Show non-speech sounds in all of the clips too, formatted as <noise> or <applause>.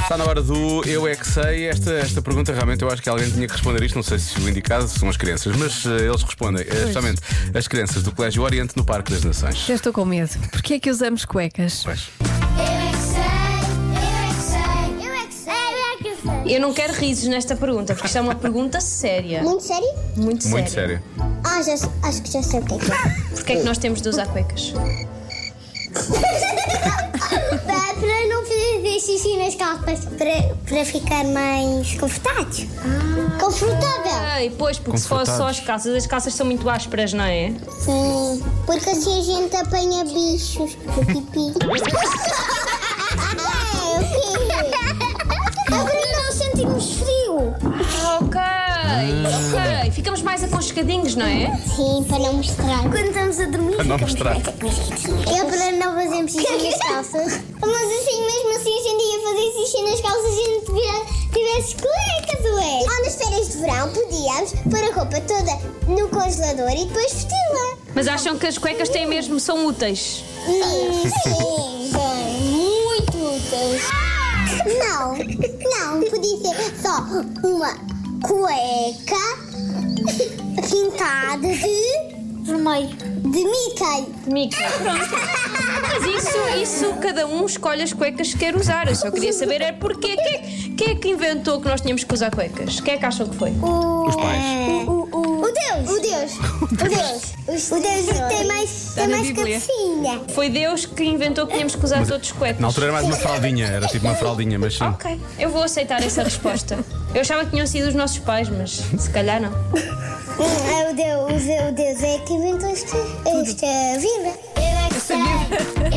Está na hora do Eu É Que Sei. Esta, esta pergunta realmente eu acho que alguém tinha que responder isto. Não sei se o indicado são as crianças, mas eh, eles respondem. eh, especialmente as crianças do Colégio Oriente no Parque das Nações. Já estou com medo. Porquê é que usamos cuecas? Pois. Eu não quero risos nesta pergunta, porque isto é uma pergunta séria. Muito sério? Muito, Muito séria. sério. Ah, já, se- acho que já sei o <laughs> que é que é. Porquê é que nós temos de usar cuecas? para, para não fazer xixi nas calças. Para, para ficar mais confortável. Ah. Confortável. Ah, e pois, porque se for só as calças, as calças são muito ásperas, não é? Sim, porque assim a gente apanha bichos do <laughs> pipi. Ah, o quê? Agora É nós sentimos frio. Ah, Ok, ok. Ah. Ficamos mais aconchegadinhos, não é? Sim, para não mostrar. Quando estamos a dormir, Para não mostrar. Eu para não fazer <laughs> xixi nas calças. Mas assim, mesmo assim, a gente ia fazer xixi nas calças e não tivesse, tivesse cuecas, ué. Ou nas férias de verão, podíamos pôr a roupa toda no congelador e depois vesti-la. Mas acham que as cuecas têm mesmo, são úteis? Sim, sim, bem, muito úteis. Não, não, podia ser só uma cueca pintada de vermelho. De Mickey. Mica. Mas isso, isso cada um escolhe as cuecas que quer usar. Eu só queria saber é porquê. Quem é, quem é que inventou que nós tínhamos que usar cuecas? Quem é que acham que foi? Os pais. O, Deus! O Deus! O Deus! O Deus tem mais, tem na mais Bíblia. cabecinha! Foi Deus que inventou que tínhamos que usar todos cuecas. Na altura era mais uma fraldinha, era tipo uma fraldinha, mas sim. Ok, eu vou aceitar essa resposta. Eu achava que tinham sido os nossos pais, mas se calhar não. É o Deus, é o Deus é que inventou esta, esta vida! Esta vida.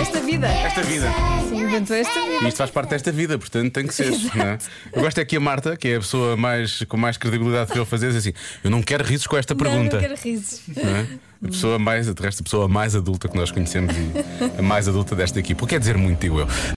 Esta vida. Esta vida. Sim, inventou esta vida. E isto faz parte desta vida, portanto tem que ser. não é? Eu gosto é que a Marta, que é a pessoa mais, com mais credibilidade que eu fazer, diz assim: Eu não quero risos com esta pergunta. Não, não quero risos. não é? A pessoa mais, de resto, a pessoa mais adulta que nós conhecemos e a mais adulta desta equipa. O que quer é dizer muito, digo eu.